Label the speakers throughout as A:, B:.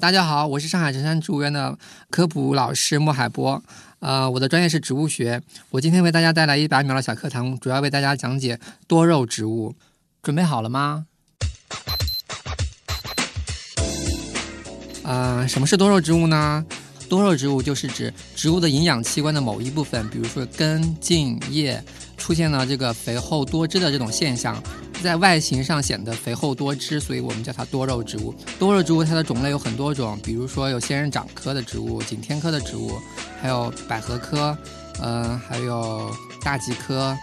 A: 大家好，我是上海城山植物园的科普老师莫海波。呃，我的专业是植物学。我今天为大家带来一百秒的小课堂，主要为大家讲解多肉植物。准备好了吗？呃，什么是多肉植物呢？多肉植物就是指植物的营养器官的某一部分，比如说根、茎、叶，出现了这个肥厚多汁的这种现象，在外形上显得肥厚多汁，所以我们叫它多肉植物。多肉植物它的种类有很多种，比如说有仙人掌科的植物、景天科的植物，还有百合科，呃，还有大戟科，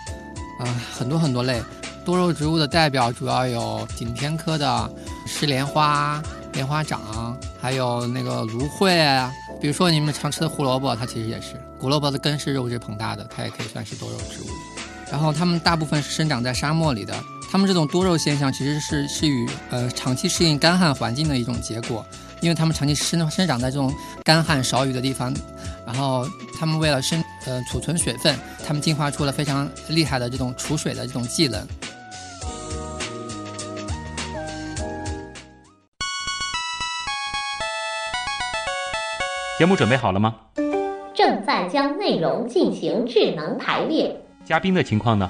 A: 呃，很多很多类。多肉植物的代表主要有景天科的石莲花、莲花掌，还有那个芦荟。啊比如说你们常吃的胡萝卜，它其实也是胡萝卜的根是肉质膨大的，它也可以算是多肉植物。然后它们大部分是生长在沙漠里的，它们这种多肉现象其实是是与呃长期适应干旱环境的一种结果，因为它们长期生生长在这种干旱少雨的地方，然后它们为了生呃储存水分，它们进化出了非常厉害的这种储水的这种技能。
B: 节目准备好了吗？
C: 正在将内容进行智能排列，
B: 嘉宾的情况呢？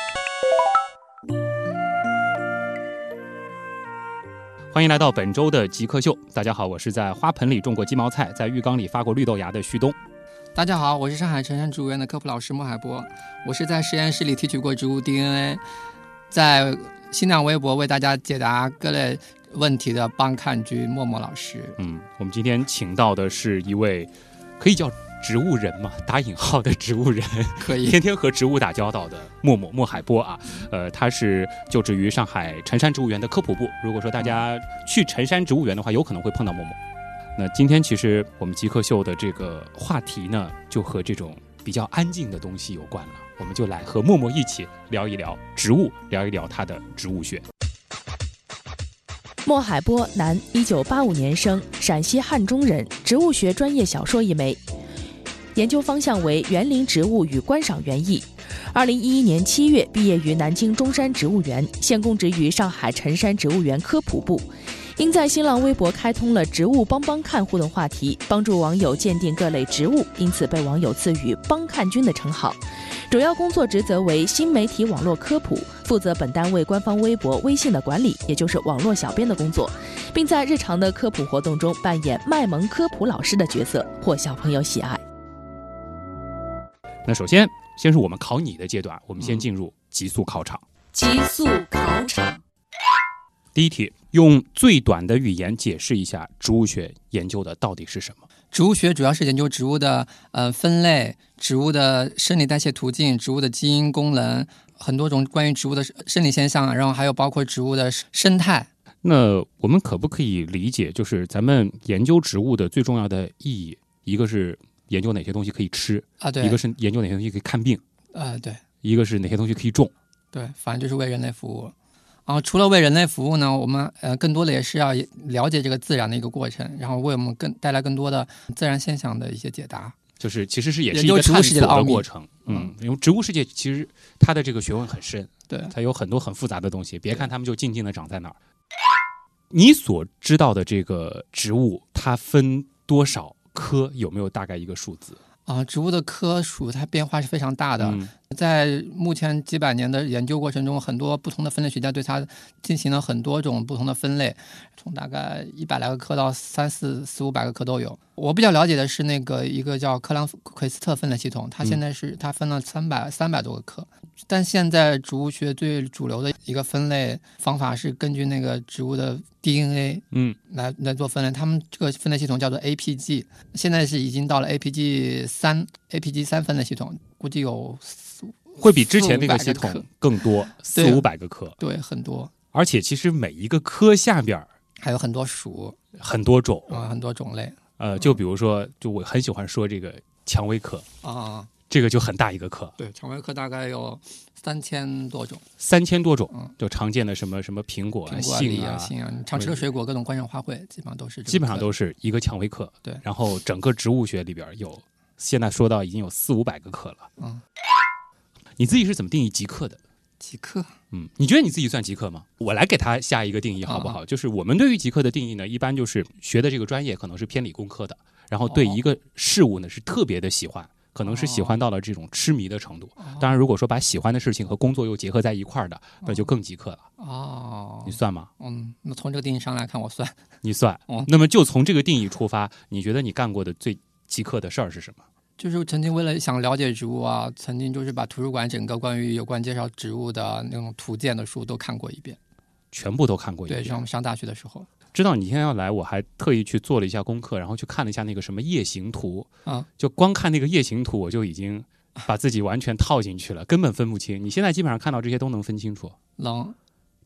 B: 欢迎来到本周的极客秀。大家好，我是在花盆里种过鸡毛菜，在浴缸里发过绿豆芽的旭东。
A: 大家好，我是上海城山植物园的科普老师莫海波，我是在实验室里提取过植物 DNA，在新浪微博为大家解答各类问题的帮看君默默老师。
B: 嗯，我们今天请到的是一位可以叫植物人嘛，打引号的植物人，
A: 可以，
B: 天天和植物打交道的默默莫海波啊。呃，他是就职于上海辰山植物园的科普部。如果说大家去辰山植物园的话，有可能会碰到默默。那今天其实我们极客秀的这个话题呢，就和这种比较安静的东西有关了。我们就来和默默一起聊一聊植物，聊一聊它的植物学。
D: 莫海波，男，一九八五年生，陕西汉中人，植物学专业小说一枚，研究方向为园林植物与观赏园艺。二零一一年七月毕业于南京中山植物园，现供职于上海辰山植物园科普部。因在新浪微博开通了“植物帮帮看”互动话题，帮助网友鉴定各类植物，因此被网友赐予“帮看君”的称号。主要工作职责为新媒体网络科普，负责本单位官方微博、微信的管理，也就是网络小编的工作，并在日常的科普活动中扮演卖萌科普老师的角色，获小朋友喜爱。
B: 那首先，先是我们考你的阶段，我们先
A: 嗯
B: 进入极速考场。
E: 极速考场，
B: 第一题，用最短的语言解释一下植物学研究的到底是什么？
A: 植物学主要是研究植物的呃分类、植物的生理代谢途径、植物的基因功能，很多种关于植物的生理现象，然后还有包括植物的生态。
B: 那我们可不可以理解，就是咱们研究植物的最重要的意义，一个是研究哪些东西可以吃，
A: 啊，对，
B: 一个是研究哪些东西可以看病，
A: 呃，对
B: 一个是哪些东西可以种。
A: 对，反正就是为人类服务。然后除了为人类服务呢，我们呃更多的也是要了解这个自然的一个过程，然后为我们更带来更多的自然现象的一些解答。
B: 就是其实是也是
A: 研
B: 一
A: 究
B: 个
A: 植物
B: 探
A: 世界
B: 索
A: 的奥
B: 的
A: 秘
B: 过程，嗯，因为植物世界其实它的这个学问很深，
A: 对，
B: 它有很多很复杂的东西。别看它们就静静的长在那儿，你所知道的这个植物，它分多少科？有没有大概一个数字？
A: 啊、植物的科属它变化是非常大的，
B: 嗯
A: 在目前几百年的研究过程中，很多不同的分类学家对它进行了很多种不同的分类，从大概一百来个科到三四四五百个科都有。我比较了解的是那个一个叫克朗奎斯特分类系统，
B: 嗯
A: 它现在是它分了三百三百多个科，但现在植物学最主流的一个分类方法是根据那个植物的 DNA
B: 嗯，
A: 来来做分类，他们这个分类系统叫做 APG，现在是已经到了 APG 三 APG 三分类系统，估计有四五
B: 会比之前那
A: 400
B: 个
A: 个
B: 系统
A: 科
B: 更多，
A: 对啊
B: 四五百个科，
A: 对很多，
B: 而且其实每一个科下边儿
A: 还有很多属
B: 很多种
A: 哦啊、呃很多种类。
B: 呃，就比如说，就我很喜欢说这个蔷薇科，
A: 啊，
B: 这个就很大一个科，
A: 对，蔷薇科大概有三千多种，
B: 三千多种
A: 嗯，
B: 就常见的什么什么苹果啊、
A: 苹果、梨
B: 杏
A: 啊、
B: 啊，
A: 杏啊，你常吃的水果，各种观赏花卉，基本上都是这个
B: 基本上
A: 科
B: 都是一个蔷薇科。
A: 对
B: 然后整个植物学里边有，现在说到已经有四五百个科了。
A: 嗯，
B: 你自己是怎么定义极客的？
A: 几克。
B: 嗯，你觉得你自己算极客吗？我来给他下一个定义
A: 啊
B: 好不好？就是我们对于极客的定义呢，一般就是学的这个专业可能是偏理工科的，然后对
A: 哦
B: 一个事物呢是特别的喜欢，可能是喜欢到了这种痴迷的程度。
A: 哦
B: 当然，如果说把喜欢的事情和工作又结合在一块儿的，那就更极客了。
A: 哦
B: 你，算吗？
A: 嗯，那从这个定义上来看，我算
B: 你算
A: 哦。
B: 那么就从这个定义出发，你觉得你干过的最极客的事儿是什么？
A: 就是曾经为了想了解植物啊，曾经就是把图书馆整个关于有关介绍植物的那种图鉴的书都看过一遍。
B: 全部都看过一
A: 对，
B: 遍。
A: 上上大学的时候，
B: 知道你今天要来，我还特意去做了一下功课，然后去看了一下那个什么夜行图
A: 啊，
B: 就光看那个夜行图，我就已经把自己完全套进去了，根本分不清。你现在基本上看到这些都能分清楚，
A: 能，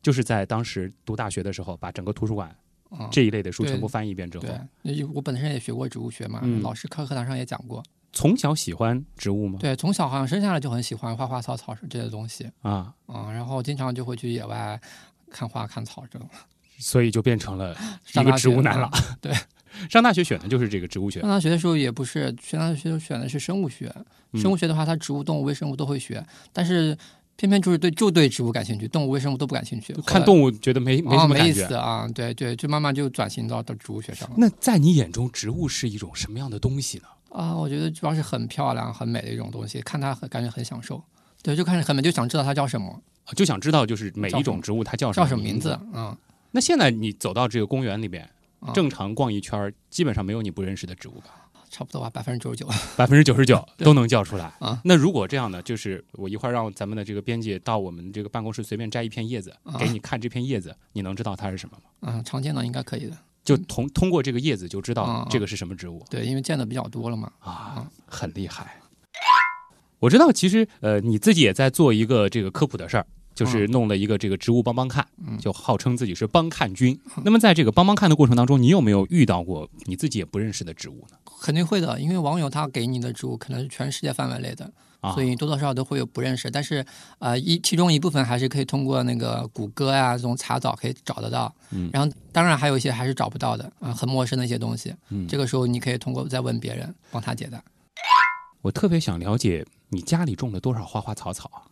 B: 就是在当时读大学的时候，把整个图书馆
A: 嗯，
B: 这一类的书
A: 对
B: 全部翻译一遍之后，
A: 对，因为我本身也学过植物学嘛，
B: 嗯
A: 老师课课堂上也讲过。
B: 从小喜欢植物吗？
A: 对，从小好像生下来就很喜欢花花草草这些东西，
B: 啊，
A: 嗯，然后经常就会去野外看花看草这种。
B: 所以就变成了一
A: 上
B: 个
A: 大
B: 植物
A: 学
B: 男了。
A: 对，
B: 上大学选的就是这个植物学
A: 上大学的时候也不是，上大学选的是生物学。
B: 嗯
A: 生物学的话，它植物、动物、微生物都会学，但是偏偏就是对就对植物感兴趣，动物、微生物都不感兴趣。
B: 看
A: 物
B: 动物觉得没没什么
A: 没
B: 感
A: 意
B: 觉。嗯
A: 思啊，对对，就慢慢就转型到到植物学上了
B: 那在你眼中，植物是一种什么样的东西呢？
A: 啊。我觉得主要是很漂亮、很美的一种东西，看它很感觉很享受。对，就看着很美，就想知道它叫什么，
B: 啊就想知道，就是每一
A: 叫什
B: 种
A: 么
B: 植物它叫
A: 叫
B: 什
A: 什
B: 么
A: 么名
B: 字嗯
A: 字？啊、
B: 那现在你走到这个公园里边，
A: 啊
B: 正常逛一圈儿，基本上没有你不认识的植物吧？
A: 差不多吧，百分之九十九。
B: 百分之九 十九都能叫出来
A: 啊。
B: 那如果这样呢，就是我一会儿让咱们的这个编辑到我们这个办公室随便摘一片叶子，
A: 啊
B: 给你看这片叶子，你能知道它是什么吗？
A: 嗯，常见的应该可以的。
B: 就通通过这个叶子就知道
A: 啊
B: 这个是什么植物
A: 对，因为见的比较多了嘛。
B: 啊，很厉害。我知道，其实呃，你自己也在做一个这个科普的事儿，就是弄了一个这个植物帮帮看，
A: 嗯
B: 就号称自己是帮看君。那么在这个帮帮看的过程当中，你有没有遇到过你自己也不认识的植物呢？
A: 肯定会的，因为网友他给你的植物可能是全世界范围内的，
B: 啊，
A: 所以多多少少都会有不认识。但是，呃，一其中一部分还是可以通过那个谷歌啊这种查找可以找得到。
B: 嗯
A: 然后当然还有一些还是找不到的，啊、很陌生的一些东西。
B: 嗯
A: 这个时候你可以通过再问别人帮他解答。
B: 我特别想了解你家里种了多少花花草草啊？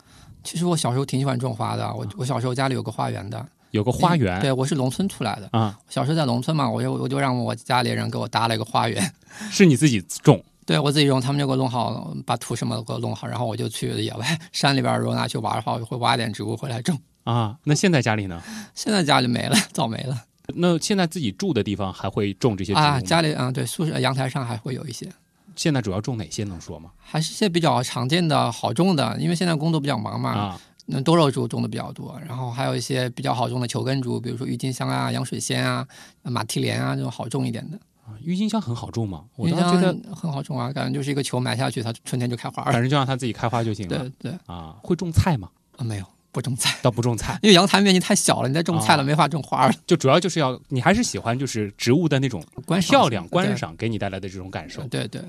A: 其实我小时候挺喜欢种花的，啊我我小时候家里有个花园的
B: 有个啊花园
A: 对我是农村出来的，
B: 啊，
A: 小时候在农村嘛，我就我就让我家里人给我搭了一个花园。
B: 是你自己种
A: 对我自己种，他们就给我弄好，把土什么都给我弄好，然后我就去野外 山里边儿，如果拿去玩的话，我会挖点植物回来种。
B: 啊？那现在家里呢？
A: 现在家里没了，早没了
B: 那现在自己住的地方还会种这些植物吗
A: 啊！家里啊，对，宿舍阳台上还会有一些，
B: 现在主要种哪些能说吗？
A: 还是一些比较常见的好种的，因为现在工作比较忙嘛，
B: 啊，
A: 那、多肉植物种的比较多，然后还有一些比较好种的球根植物，比如说郁金香啊、洋水仙啊、马蹄莲啊这种好种一点的。
B: 啊郁金香很好种吗？我
A: 郁
B: 倒
A: 金香
B: 觉得，
A: 很好种啊，感觉就是一个球埋下去，它春天就开花
B: 反
A: 了。
B: 正就让它自己开花就行了
A: 对对
B: 啊。会种菜吗？
A: 啊，没有不种菜，
B: 倒不种菜，
A: 因为阳台面积太小了，你再种菜了、
B: 啊
A: 没法种花了。
B: 就主要就是要你还是喜欢就是植物的那种
A: 观赏
B: 漂
A: 性
B: 亮
A: 对
B: 观赏给你带来的这种感受。
A: 对对，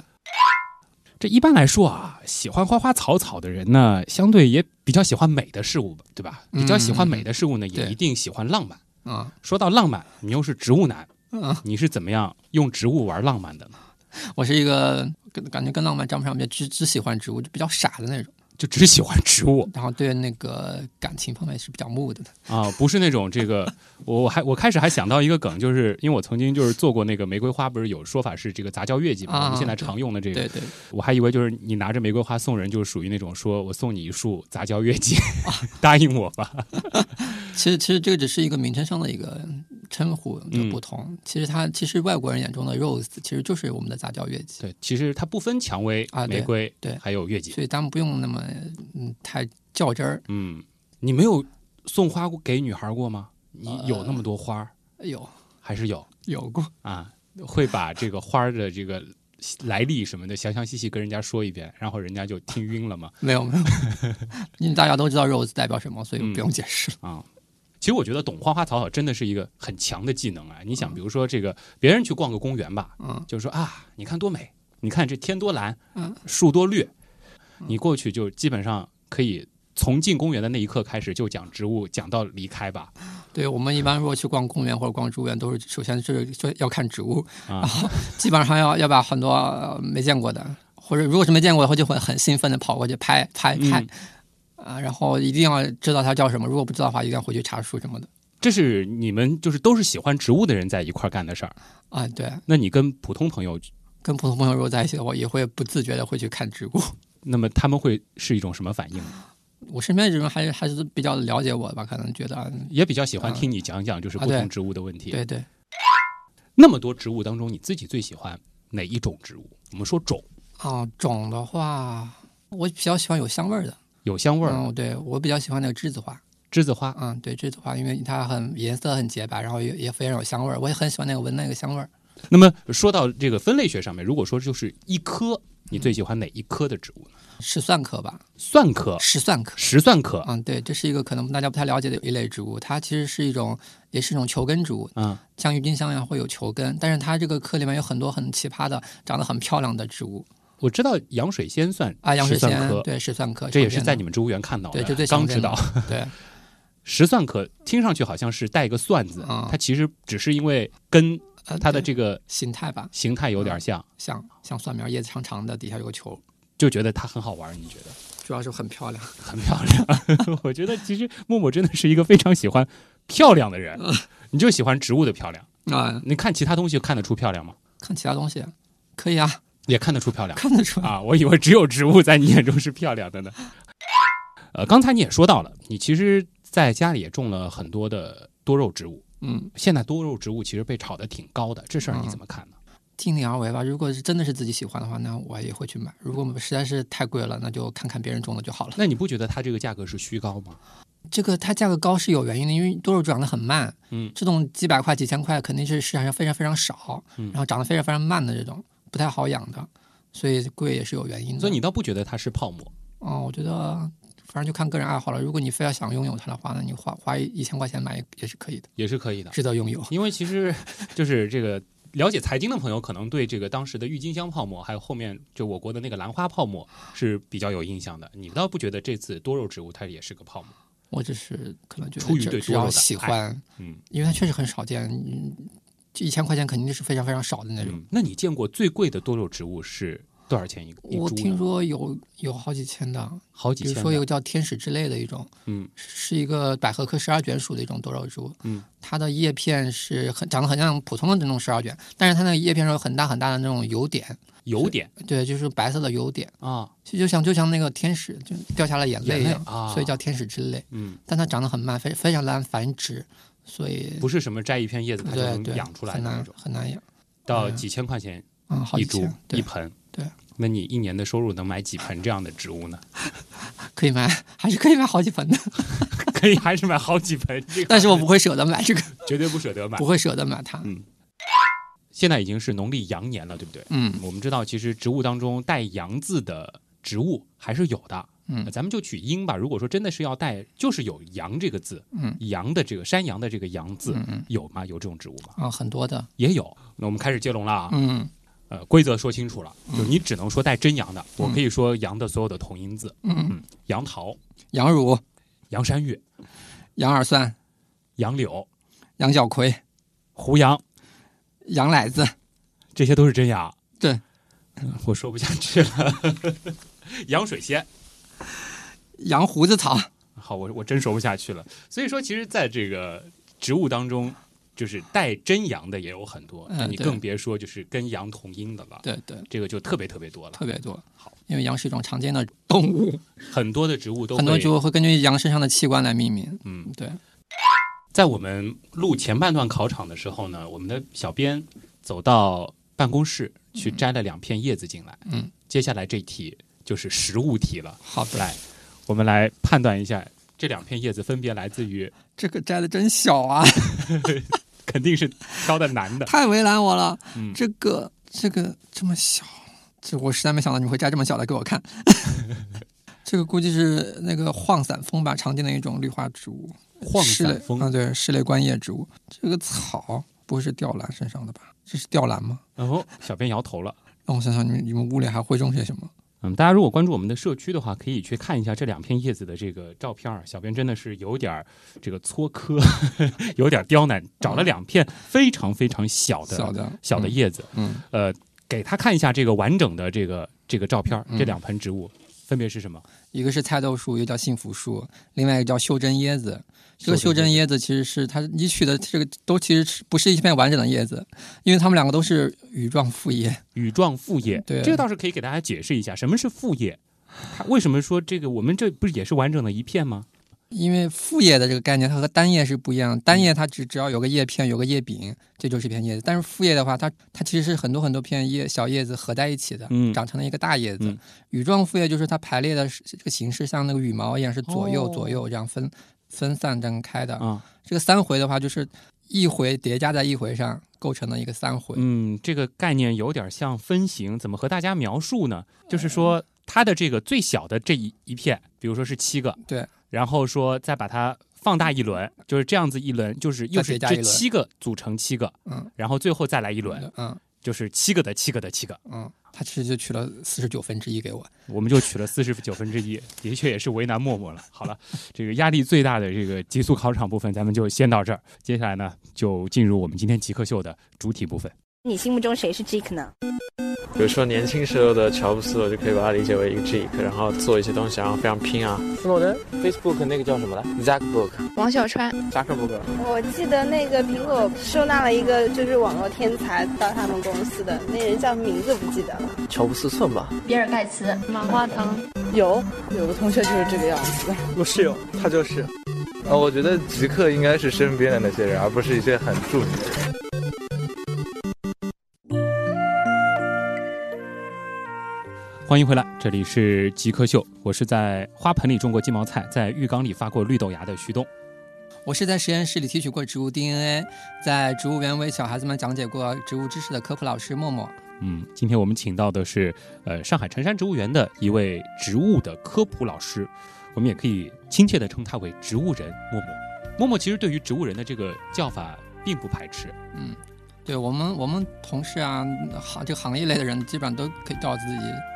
B: 这一般来说啊，喜欢花花草草的人呢，相对也比较喜欢美的事物吧，对吧？
A: 嗯
B: 比较喜欢美的事物呢，也
A: 对
B: 一定喜欢浪漫。
A: 啊、
B: 说到浪漫，你又是植物男，
A: 嗯
B: 你是怎么样用植物玩浪漫的呢？
A: 我是一个跟感觉跟浪漫沾不上边，只只喜欢植物，就比较傻的那种。
B: 就只喜欢植 物
A: 然后对那个感情方面是比较木的。
B: 啊，不是那种这个，我我还我开始还想到一个梗，就是因为我曾经就是做过那个玫瑰花，不是有说法是这个杂交月季嘛，
A: 啊
B: 我们现在常用的这个，
A: 对对，
B: 我还以为就是你拿着玫瑰花送人，就是属于那种说我送你一束杂交月季，
A: 哦
B: 答应我吧。
A: 其实其实这个只是一个名称上的一个称呼的不同。其实它其实外国人眼中的 rose 其实就是我们的杂交月季，
B: 对，其实它不分蔷薇、
A: 啊对
B: 玫瑰，
A: 对
B: 还有月季。
A: 所以咱们不用那么嗯太较真儿。
B: 嗯，你没有送花过给女孩过吗？
A: 呃
B: 你有那么多花儿、
A: 有
B: 还是有
A: 有过，
B: 啊？会把这个花儿的这个来历什么的详详细细跟人家说一遍，然后人家就听晕了吗？
A: 没有没有，因为大家都知道 rose 代表什么，所以不用解释了。
B: 啊，其实我觉得懂花花草草真的是一个很强的技能啊！你想，比如说这个别人去逛个公园吧，
A: 嗯
B: 就是说啊，你看多美，你看这天多蓝，
A: 嗯
B: 树多绿，你过去就基本上可以从进公园的那一刻开始就讲植物，讲到离开吧。
A: 对我们一般如果去逛公园或者逛植物园，都是首先是说要看植物，
B: 啊
A: 然后基本上要要把很多呃没见过的，或者如果是没见过的话，就会很兴奋的跑过去拍拍拍。
B: 嗯
A: 啊，然后一定要知道它叫什么，如果不知道的话，一定要回去查书什么的。
B: 这是你们就是都是喜欢植物的人在一块儿干的事儿。
A: 啊，对，
B: 那你跟普通朋友，
A: 跟普通朋友如果在一起的话，也会不自觉的会去看植物。
B: 那么他们会是一种什么反应呢？
A: 我身边的人还是还是比较了解我的吧，可能觉得，嗯
B: 也比较喜欢
A: 啊
B: 听你讲讲就是
A: 啊
B: 不
A: 对
B: 同植物的问题。
A: 对对，
B: 那么多植物当中，你自己最喜欢哪一种植物？我们说种，
A: 啊，种的话，我比较喜欢有香味儿的，
B: 有香味儿，
A: 嗯，对我比较喜欢那个栀子花，
B: 栀子花。
A: 嗯，对栀子花，因为它很颜色很洁白，然后也也非常有香味儿，我也很喜欢那个闻那个香味儿。
B: 那么说到这个分类学上面，如果说就是一科，你最喜欢哪一科的植物呢？
A: 石蒜科吧，
B: 蒜科、
A: 石蒜科，
B: 石蒜科
A: 嗯，对，这是一个可能大家不太了解的一类植物，它其实是一种，也是一种球根植物，
B: 啊，
A: 像郁金香一样会有球根，但是它这个科里面有很多很奇葩的、长得很漂亮的植物
B: 我知道洋水仙算
A: 啊，洋水
B: 石蒜
A: 仙
B: 科，，
A: 对，石蒜科，
B: 这也
A: 常
B: 是
A: 见
B: 在
A: 的
B: 你们植物园看到的，
A: 对，就最常
B: 刚
A: 见
B: 知
A: 的
B: 道。，
A: 对，
B: 石蒜科听上去好像是带一个“蒜”字
A: 啊，
B: 它其实只是因为跟
A: 呃
B: 它
A: 对
B: 的
A: 嗯
B: 这个
A: 形态吧，
B: 形态有点像，
A: 像像蒜苗叶子长长的，底下有个球，
B: 就觉得它很好玩儿。你觉得？
A: 主要是很漂亮。
B: 很漂亮。 我觉得其实默默真的是一个非常喜欢漂亮的
A: 嗯
B: 人，你就喜欢植物的漂亮。
A: 啊、
B: 你看其他东西看得出漂亮吗？
A: 看其他东西，可以啊，
B: 也看得出漂亮
A: 看得出来。
B: 啊！我以为只有植物在你眼中是漂亮的呢。呃，刚才你也说到了，你其实在家里也种了很多的多肉植物。
A: 嗯，
B: 现在多肉植物其实被炒得挺高的，这事儿你怎么看呢？
A: 尽力而为吧。如果是真的是自己喜欢的话，那我也会去买。如果实在是太贵了，那就看看别人种的就好了。
B: 那你不觉得它这个价格是虚高吗？
A: 这个它价格高是有原因的，因为多肉长得很慢，
B: 嗯
A: 这种几百块、几千块肯定是市场上非常非常少，
B: 嗯
A: 然后长得非常非常慢的这种，不太好养的，所以贵也是有原因的。
B: 所以你倒不觉得它是泡沫。
A: 嗯，我觉得反正就看个人爱好了。如果你非要想拥有它的话，那你花花一千块钱买也也是可以的，
B: 也是可以的，
A: 值得拥有。
B: 因为其实就是这个了解财经的朋友，可能对这个当时的郁金香泡沫，还有后面就我国的那个兰花泡沫是比较有印象的。你倒不觉得这次多肉植物它也是个泡沫？
A: 我只是可能觉得
B: 出于
A: 只
B: 对
A: 只
B: 多肉
A: 要
B: 的
A: 喜
B: 爱
A: 欢，
B: 嗯
A: 因为它确实很少见，嗯这一千块钱肯定是非常非常少的那种。
B: 嗯，那你见过最贵的多肉植物是多少钱一一
A: 我
B: 株
A: 听
B: 呢？
A: 说有有好几千的，
B: 好几
A: 比如
B: 千
A: 说有
B: 的。
A: 个叫天使之类的一种，
B: 嗯，
A: 是一个百合科十二卷属的一种多肉植物，
B: 嗯，
A: 它的叶片是很长得很像普通的那种十二卷，但是它那个叶片上有很大很大的那种油点，
B: 有点
A: 对，就是白色的油点，
B: 啊，
A: 就就像就像那个天使就掉下了眼泪一
B: 眼泪
A: 样，
B: 啊
A: 所以叫天使之泪，
B: 嗯，
A: 但它长得很慢，非非常难繁殖，所以
B: 不是什么摘一片叶子它就
A: 对
B: 能
A: 对
B: 养出来
A: 很
B: 的那
A: 难
B: 种，
A: 很难养，
B: 到几千块钱
A: 嗯，好
B: 一
A: 几
B: 株
A: 千，
B: 一
A: 对，
B: 盆。
A: 对，
B: 那你一年的收入能买几盆这样的植物呢？
A: 可以买， 还是可以买好几盆的，
B: 可以还是买好几盆？这个
A: 但是我不会舍得买这个，
B: 绝对不舍得买
A: 不。会舍得买它，
B: 现在已经是农历羊年了，对不对？
A: 嗯
B: 我们知道，其实植物当中带“阳”字的植物还是有的。
A: 嗯
B: 咱们就取阴吧。如果说真的是要带，就是有“阳”这个字，
A: 嗯，
B: 阳的这个山羊的这个“羊”字，
A: 嗯嗯
B: 有吗？有这种植物吗？
A: 啊，很多的，
B: 也有。那我们开始接龙了啊。
A: 嗯
B: 呃，规则说清楚了，就你只能说带真羊的，我可以说羊的所有的同音字，
A: 嗯，
B: 杨桃、
A: 羊乳、
B: 杨山芋、
A: 羊耳蒜、
B: 杨柳、
A: 羊角葵、
B: 胡杨，
A: 羊奶子，
B: 这些都是真羊。
A: 对，
B: 我说不下去了。 羊水仙。
A: 羊胡子草，
B: 好，我我真说不下去了。所以说，其实在这个植物当中，就是带真阳的也有很多，
A: 嗯
B: 你
A: 对
B: 更别说就是跟阳同音的了。
A: 对对，
B: 这个就特别特别多了，
A: 特别多。因为羊是一种常见的动物，
B: 很多的植物都
A: 很多
B: 会
A: 植物会根据羊身上的器官来命名。
B: 嗯，
A: 对，
B: 在我们录前半段考场的时候呢，我们的小编走到办公室去摘了两片叶子进来。
A: 嗯，
B: 接下来这一题就是实物题了，
A: 好的，
B: 来，我们来判断一下这两片叶子分别来自于，
A: 这个摘的真小啊，
B: 肯定是挑的男的。
A: 太为难我了。
B: 嗯
A: 这个这个这么小，这我实在没想到你会摘这么小的给我 看。这个估计是那个晃伞风吧，常见的一种绿化植物。
B: 晃
A: 室
B: 伞
A: 内
B: 风
A: 啊，对，室内观叶植物。这个草不会是吊兰身上的吧？这是吊兰吗？
B: 然后小编摇头了。
A: 让我想想，你们你们屋里还会种些什么？
B: 嗯，大家如果关注我们的社区的话，可以去看一下这两片叶子的这个照片儿。小编真的是有点儿这个搓科， 有点儿刁难，找了两片非常非常小
A: 嗯
B: 的
A: 小的，
B: 小的叶子，
A: 嗯，
B: 呃，给他看一下这个完整的这个这个照片儿。
A: 嗯
B: 这两盆植物分别是什么？
A: 一个是菜豆树，一个叫幸福树，另外一个叫袖珍椰子。这个袖珍椰子其实是它，你取的这个都其实是不是一片完整的叶子，因为它们两个都是羽状复叶。
B: 羽状复叶，
A: 嗯对
B: 这个倒是可以给大家解释一下，什么是复叶？它为什么说这个我们这不是也是完整的一片吗？
A: 因为复叶的这个概念，它和单叶是不一样的。
B: 嗯
A: 单叶它只只要有个叶片，有个叶柄，这就是一片叶子。但是复叶的话，它它其实是很多很多片叶小叶子合在一起的，
B: 嗯
A: 长成了一个大叶子。
B: 嗯
A: 羽状复叶就是它排列的是这个形式像那个羽毛一样，是左右
B: 哦
A: 左右这样分、分散展开的。
B: 啊，
A: 这个三回的话，就是一回叠加在一回上，构成了一个三回。
B: 嗯，这个概念有点像分形，怎么和大家描述呢？就是说
A: 嗯
B: 它的这个最小的这一一片，比如说是七个，
A: 对，
B: 然后说再把它放大一轮，就是这样子一轮，就是又
A: 再叠
B: 是
A: 加一
B: 这
A: 轮
B: 七个组成七个，
A: 嗯，
B: 然后最后再来一轮，
A: 嗯
B: 就是七个的七个的七个，
A: 嗯，他其实就取了四十九分之一给我。
B: 我们就取了四十九分之一，的确也是为难默默了。好了，这个压力最大的这个极速考场部分，咱们就先到这儿。接下来呢，就进入我们今天极客秀的主体部分。
F: 你心目中谁是 Jake 呢？
G: 比如说年轻时候的乔布斯，我就可以把它理解为一个 geek，然后做一些东西，然后非常拼啊。什么的？Facebook 那个叫什么来？Zackbook。
H: 王小川，
G: 扎克伯格。
I: 我记得那个苹果收纳了一个就是网络天才到他们公司的那人叫名字不记得了。
G: 乔布斯算吧。
H: 比尔盖茨，马化腾，
I: 有有个同学就是这个样子。
G: 我室友，他就是。
J: 呃，我觉得极客应该是身边的那些人，而不是一些很著名的人。
B: 欢迎回来，这里是极客秀，我是在花盆里种过金毛菜，在浴缸里发过绿豆芽的徐东。
A: 我是在实验室里提取过植物 DNA，在植物园为小孩子们讲解过植物知识的科普老师默默。
B: 嗯，今天我们请到的是呃上海辰山植物园的一位植物的科普老师，我们也可以亲切地称他为植物人默默。默默其实对于植物人的这个叫法并不排斥，
A: 对我们，我们同事啊，行这个行业类的人，基本上都可以叫自己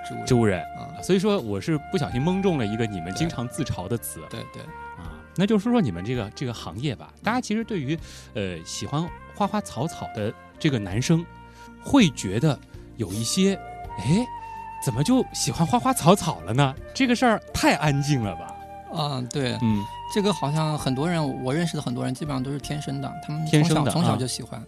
A: 植物
B: 植物人。
A: 啊、
B: 所以说我是不小心蒙中了一个你们经常自嘲的词
A: 对对，
B: 啊，那就说说你们这个这个行业吧。大家其实对于呃喜欢花花草草的这个男生，会觉得有一些，哎，怎么就喜欢花花草草了呢？这个事儿太安静了吧？
A: 嗯，对，
B: 嗯，
A: 这个好像很多人，我认识的很多人基本上都是天生的，他们
B: 天
A: 从
B: 生
A: 小
B: 的
A: 从小
B: 啊
A: 就喜欢，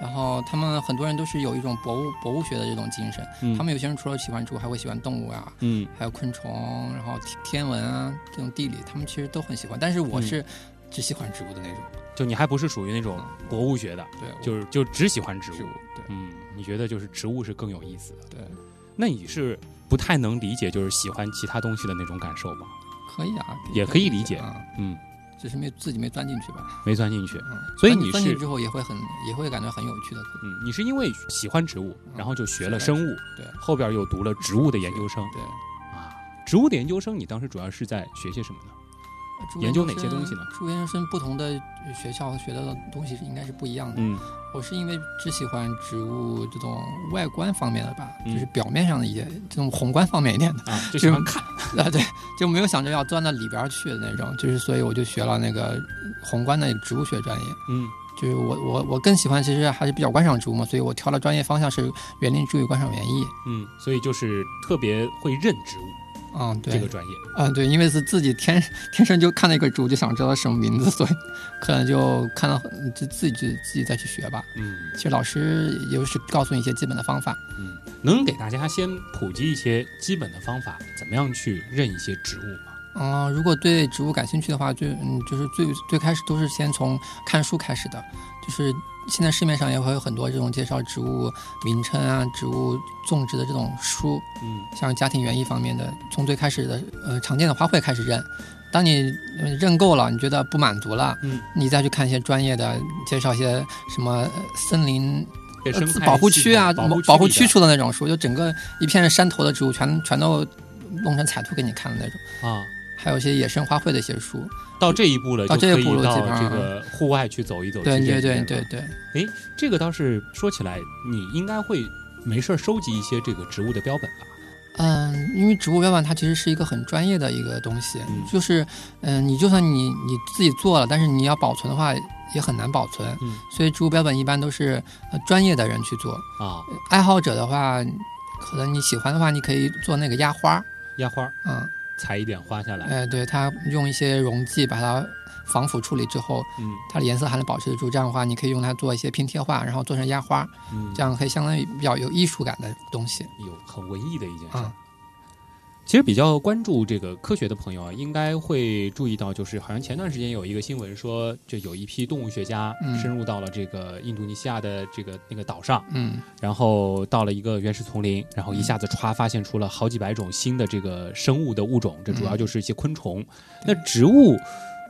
A: 然后他们很多人都是有一种博物博物学的这种精神，
B: 嗯
A: 他们有些人除了喜欢植物，还会喜欢动物啊，
B: 嗯
A: 还有昆虫，然后天天文啊这种地理，他们其实都很喜欢。但是我
B: 嗯
A: 是只喜欢植物的那种，
B: 就你还不是属于那种博物学的，
A: 对，我
B: 嗯就是就只喜欢植
A: 植
B: 物
A: 物。，对
B: 嗯，你觉得就是植物是更有意思的？
A: 对，
B: 那你是不太能理解就是喜欢其他东西的那种感受吗？
A: 可以啊，
B: 也可以理解
A: 啊，
B: 嗯，
A: 只是没自己没钻进去吧，
B: 没钻进去。
A: 嗯，
B: 所以
A: 但
B: 你
A: 钻进
B: 是
A: 去之后也会很也会感觉很有趣的，
B: 嗯，你是因为喜欢植
A: 嗯
B: 物，然后就学了生物，
A: 对
B: 后边又读了植物的研究生
A: 对，
B: 啊。植物的研究生，你当时主要是在学些什么呢？
A: 植物
B: 研究哪些
A: 生
B: 东西呢
A: 植物研究生不同的学校学到的东西是应该是不一样的，
B: 嗯
A: 我是因为只喜欢植物这种外观方面的吧，
B: 嗯
A: 就是表面上的一些这种宏观方面一点的
B: 啊，就喜欢看
A: 啊，对，就没有想着要钻到里边儿去的那种，就是所以我就学了那个宏观的植物学专业。
B: 嗯
A: 就是我我我更喜欢，其实还是比较观赏植物嘛，所以我挑了专业方向是园林植物与观赏园艺。
B: 嗯，所以就是特别会认植物
A: 嗯，对，
B: 这个专业。
A: 嗯，对，因为是自己天天生就看到一个植物，就想知道什么名字，所以可能就看到就自己就自己再去学吧。
B: 嗯
A: 其实老师也就是告诉你一些基本的方法。
B: 嗯，能给大家先普及一些基本的方法，怎么样去认一些植物吗？
A: 嗯，如果对植物感兴趣的话，最嗯就是最最开始都是先从看书开始的，就是现在市面上也会有很多这种介绍植物名称啊、植物种植的这种书，
B: 嗯
A: 像家庭园艺方面的，从最开始的呃常见的花卉开始认。当你呃认够了，你觉得不满足了，
B: 嗯，
A: 你再去看一些专业的介绍一些什么呃森林
B: 这
A: 呃
B: 生态
A: 保护
B: 系
A: 区啊、
B: 统保护
A: 保护
B: 区
A: 区
B: 里
A: 出的那种书，就整个一片山头的植物全全都弄成彩图给你看的那种。
B: 的啊，
A: 还有一些野生花卉的一些书。
B: 到这一步了，
A: 到
B: 就
A: 这
B: 可
A: 一步
B: 以
A: 了
B: 到
A: 基本
B: 这
A: 上啊
B: 个户外去走一走。
A: 对
B: 去
A: 对
B: 见
A: 对
B: 见
A: 对对，
B: 哎，这个倒是说起来，你应该会没事儿收集一些这个植物的标本吧？
A: 嗯，因为植物标本它其实是一个很专业的一个东西，
B: 嗯
A: 就是嗯，你就算你你自己做了，但是你要保存的话也很难保存，
B: 嗯
A: 所以植物标本一般都是呃专业的人去做。
B: 啊，
A: 爱好者的话，可能你喜欢的话，你可以做那个压花儿，
B: 压花儿
A: 嗯，
B: 采一点花下来，
A: 哎，对，它用一些溶剂把它防腐处理之后，
B: 嗯
A: 它的颜色还能保持得住。这样的话，你可以用它做一些拼贴画，然后做成压花，
B: 嗯，
A: 这样可以相当于比较有艺术感的东西。
B: 有很文艺的一件事儿。
A: 嗯
B: 其实比较关注这个科学的朋友啊，应该会注意到，就是好像前段时间有一个新闻说，这有一批动物学家
A: 嗯
B: 深入到了这个印度尼西亚的这个那个岛上，
A: 嗯
B: 然后到了一个原始丛林，然后一下子歘发现出了好几百种新的这个生物的物种，这
A: 嗯
B: 主要就是一些昆虫。那植物，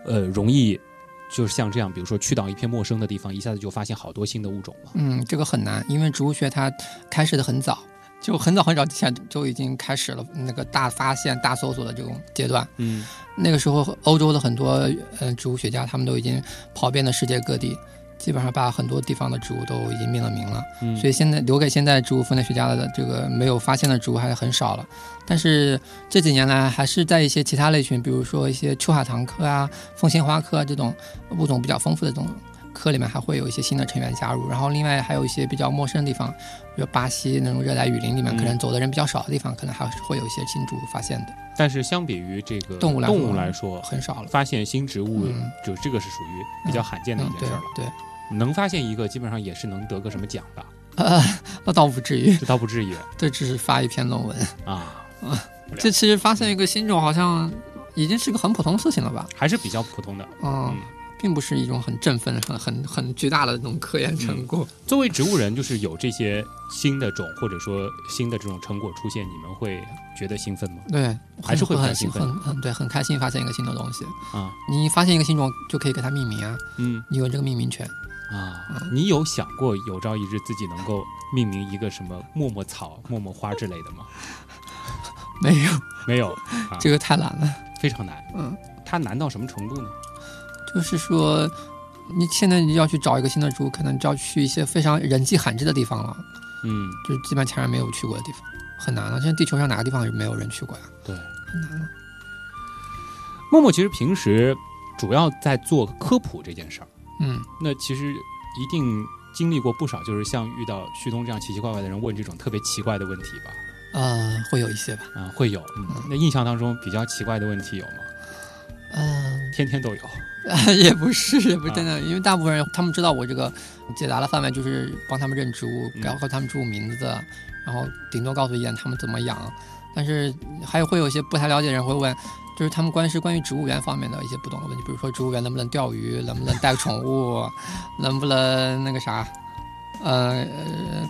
B: 呃，容易就是像这样，比如说去到一片陌生的地方，一下子就发现好多新的物种嘛。
A: 嗯，这个很难，因为植物学它开始的很早。就很早很早之前就已经开始了那个大发现、大搜索的这种阶段。
B: 嗯
A: 那个时候，欧洲的很多嗯植物学家，他们都已经跑遍了世界各地，基本上把很多地方的植物都已经命了名了。
B: 嗯
A: 所以现在留给现在植物分类学家的这个没有发现的植物还很少了。但是这几年来，还是在一些其他类群，比如说一些秋海棠科啊、凤仙花科啊这种物种比较丰富的这种科里面，还会有一些新的成员加入。然后另外还有一些比较陌生的地方，比如巴西那种热带雨林里面，
B: 嗯
A: 可能走的人比较少的地方，可能还是会有一些新植物发现的，
B: 但是相比于这个
A: 动物来说
B: 来说，
A: 很少了。
B: 发现新植物，
A: 嗯
B: 就这个是属于比较罕见的一
A: 嗯，
B: 件
A: 对
B: 事儿了。
A: 对，
B: 能发现一个，基本上也是能得个什么奖的，
A: 呃，那倒不至于，
B: 这倒不至于
A: 这只是发一篇论文。
B: 啊，
A: 这其实发现一个新种，好像已经是个很普通的事情了吧？
B: 还是比较普通的。
A: 嗯
B: 嗯，
A: 并不是一种很振奋、很很很巨大的那种科研成果。
B: 作为植物人，就是有这些新的种或者说新的这种成果出现，你们会觉得兴奋吗？
A: 对，
B: 还是会
A: 很
B: 很兴奋
A: 很很对，很开心发现一个新的东西。
B: 啊，
A: 你发现一个新种，就可以给它命名啊，
B: 嗯
A: 你有这个命名权。
B: 啊，你有想过有朝一日自己能够命名一个什么默默草、默默花之类的吗？
A: 没有，
B: 没有，啊、
A: 这个太难了。
B: 非常难。
A: 嗯，
B: 它难到什么程度呢？
A: 就是说，你现在要去找一个新的植物，可能就要去一些非常人迹罕至的地方了，
B: 嗯，
A: 就是基本上前人没有去过的地方，很难了。现在地球上哪个地方没有人去过呀、
B: 对。
A: 很难了。
B: 默默其实平时主要在做科普这件事儿，
A: 嗯。
B: 那其实一定经历过不少，就是像遇到旭东这样奇奇怪怪的人问这种特别奇怪的问题吧。
A: 呃，会有一些吧。
B: 啊、会有。嗯，那印象当中比较奇怪的问题有吗？
A: 嗯、
B: 天天都有。
A: 也不是，也不是
B: 啊
A: 真的，因为大部分人他们知道我这个解答的范围就是帮他们认植物
B: 嗯，
A: 然后他们植物名字，然后顶多告诉一点他们怎么养。但是还有会有一些不太了解的人会问，就是他们关于是关于植物园方面的一些不懂的问题，比如说植物园能不能钓鱼，能不能带宠 物，能不能那个啥，呃，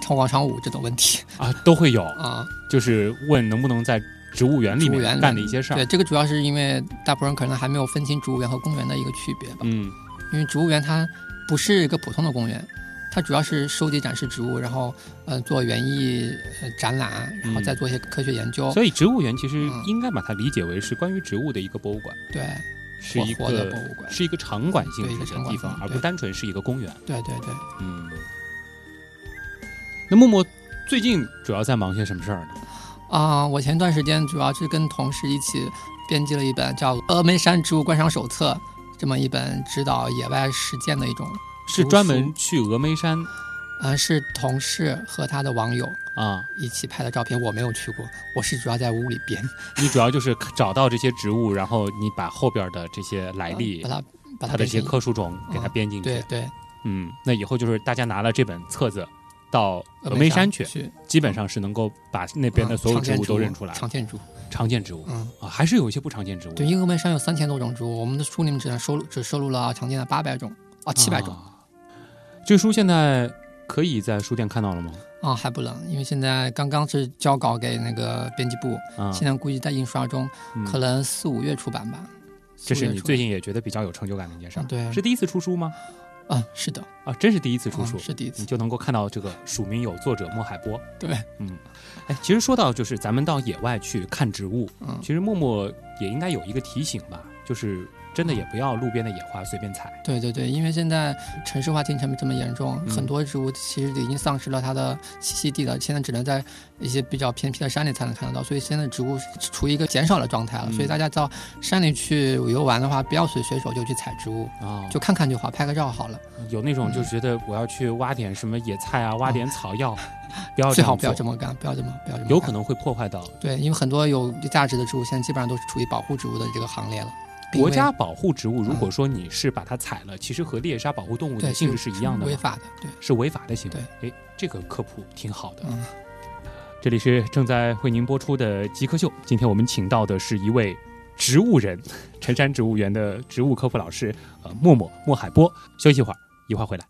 A: 跳广场舞这种问题
B: 啊，都会有，
A: 啊。
B: 就是问能不能在植物园里
A: 植物
B: 面
A: 园
B: 干的一些事
A: 对，
B: 儿。
A: 这个主要是因为大部分人可能还没有分清植物园和公园的一个区别吧。
B: 嗯
A: 因为植物园它不是一个普通的公园，它主要是收集展示植物，然后呃做园艺、呃、展览，然后
B: 嗯
A: 再做一些科学研究。
B: 所以植物园其实
A: 哦嗯
B: 应该把它理解为是关于植物的一个博物馆，
A: 对
B: 是一
A: 活活的
B: 个
A: 博物馆
B: 是一个场馆性
A: 对一个
B: 质
A: 场
B: 的
A: 馆
B: 地方，
A: 性
B: 而不
A: 对
B: 单纯是一个公园。
A: 对对对，
B: 嗯，那默默最近主要在忙些什么事儿呢？
A: 啊、我前段时间主要是跟同事一起编辑了一本叫《峨眉山植物观赏手册》这么一本指导野外实践的一种，
B: 是
A: 读
B: 专
A: 书
B: 门去峨眉山
A: 呃，是同事和他的网友
B: 啊？
A: 一起拍的照片，我没有去过，我是主要在屋里编。
B: 你主要就是找到这些植物，然后你把后边的这些来历
A: 把，它把
B: 它的这些
A: 编成一
B: 科属种给它
A: 嗯
B: 编进去
A: 对。对
B: 嗯，那以后就是大家拿了这本册子到
A: 峨
B: 峨眉
A: 眉
B: 山
A: 山
B: 去，基本上是能够把那边的所有
A: 嗯
B: 植物都认出来了。
A: 常见植物，
B: 常见植物
A: 嗯。
B: 啊，还是有一些不常见植物的。
A: 对，因为峨眉山有三千多种植物，我们的书里面只能收录只收录了常见的八百种啊，七百种
B: 啊。这书现在可以在书店看到了吗？
A: 啊，还不能，因为现在刚刚是交稿给那个编辑部，
B: 啊，
A: 现在估计在印刷中，
B: 嗯
A: 可能四五月出版吧。
B: 这
A: 四五
B: 是
A: 月
B: 你
A: 出
B: 最
A: 版
B: 近也觉得比较有成就感的一件事儿。
A: 嗯对
B: 是第一次出书吗？
A: 啊，是的，
B: 啊，真是第一次出书，
A: 啊是第一次
B: 你就能够看到这个署名有作者莫海波。
A: 对，
B: 嗯，哎，其实说到就是咱们到野外去看植物，
A: 嗯
B: 其实默默也应该有一个提醒吧，就是真的也不要路边的野花随便采。
A: 对对对，因为现在城市化进程这么严重，
B: 嗯
A: 很多植物其实已经丧失了它的栖息地了，现在只能在一些比较偏僻的山里才能看得到，所以现在植物是处于一个减少的状态了。
B: 嗯
A: 所以大家到山里去游玩的话，不要随随手就去采植物，
B: 啊、
A: 就看看就好，拍个照好了，
B: 有那种
A: 嗯
B: 就是觉得我要去挖点什么野菜啊，挖点 草药，不要
A: 最好不要
B: 这
A: 这
B: 么
A: 么干，不要这么不要这么
B: 做，有
A: 干
B: 可能会破坏到
A: 对，因为很多有价值的植物现在基本上都是处于保护植物的这个行列了。并
B: 国
A: 未
B: 家保护植物。如果说你是把它采了，其实和猎杀保护动物的
A: 嗯对嗯
B: 性质是一样的嘛，
A: 违法的，对。
B: 是违法的行为。哎，这个科普挺好的。
A: 嗯
B: 这里是正在为您播出的《极客秀》，今天我们请到的是一位植物人，陈山植物园的植物科普老师，呃，默默莫海波。休息一会儿，一会儿回来。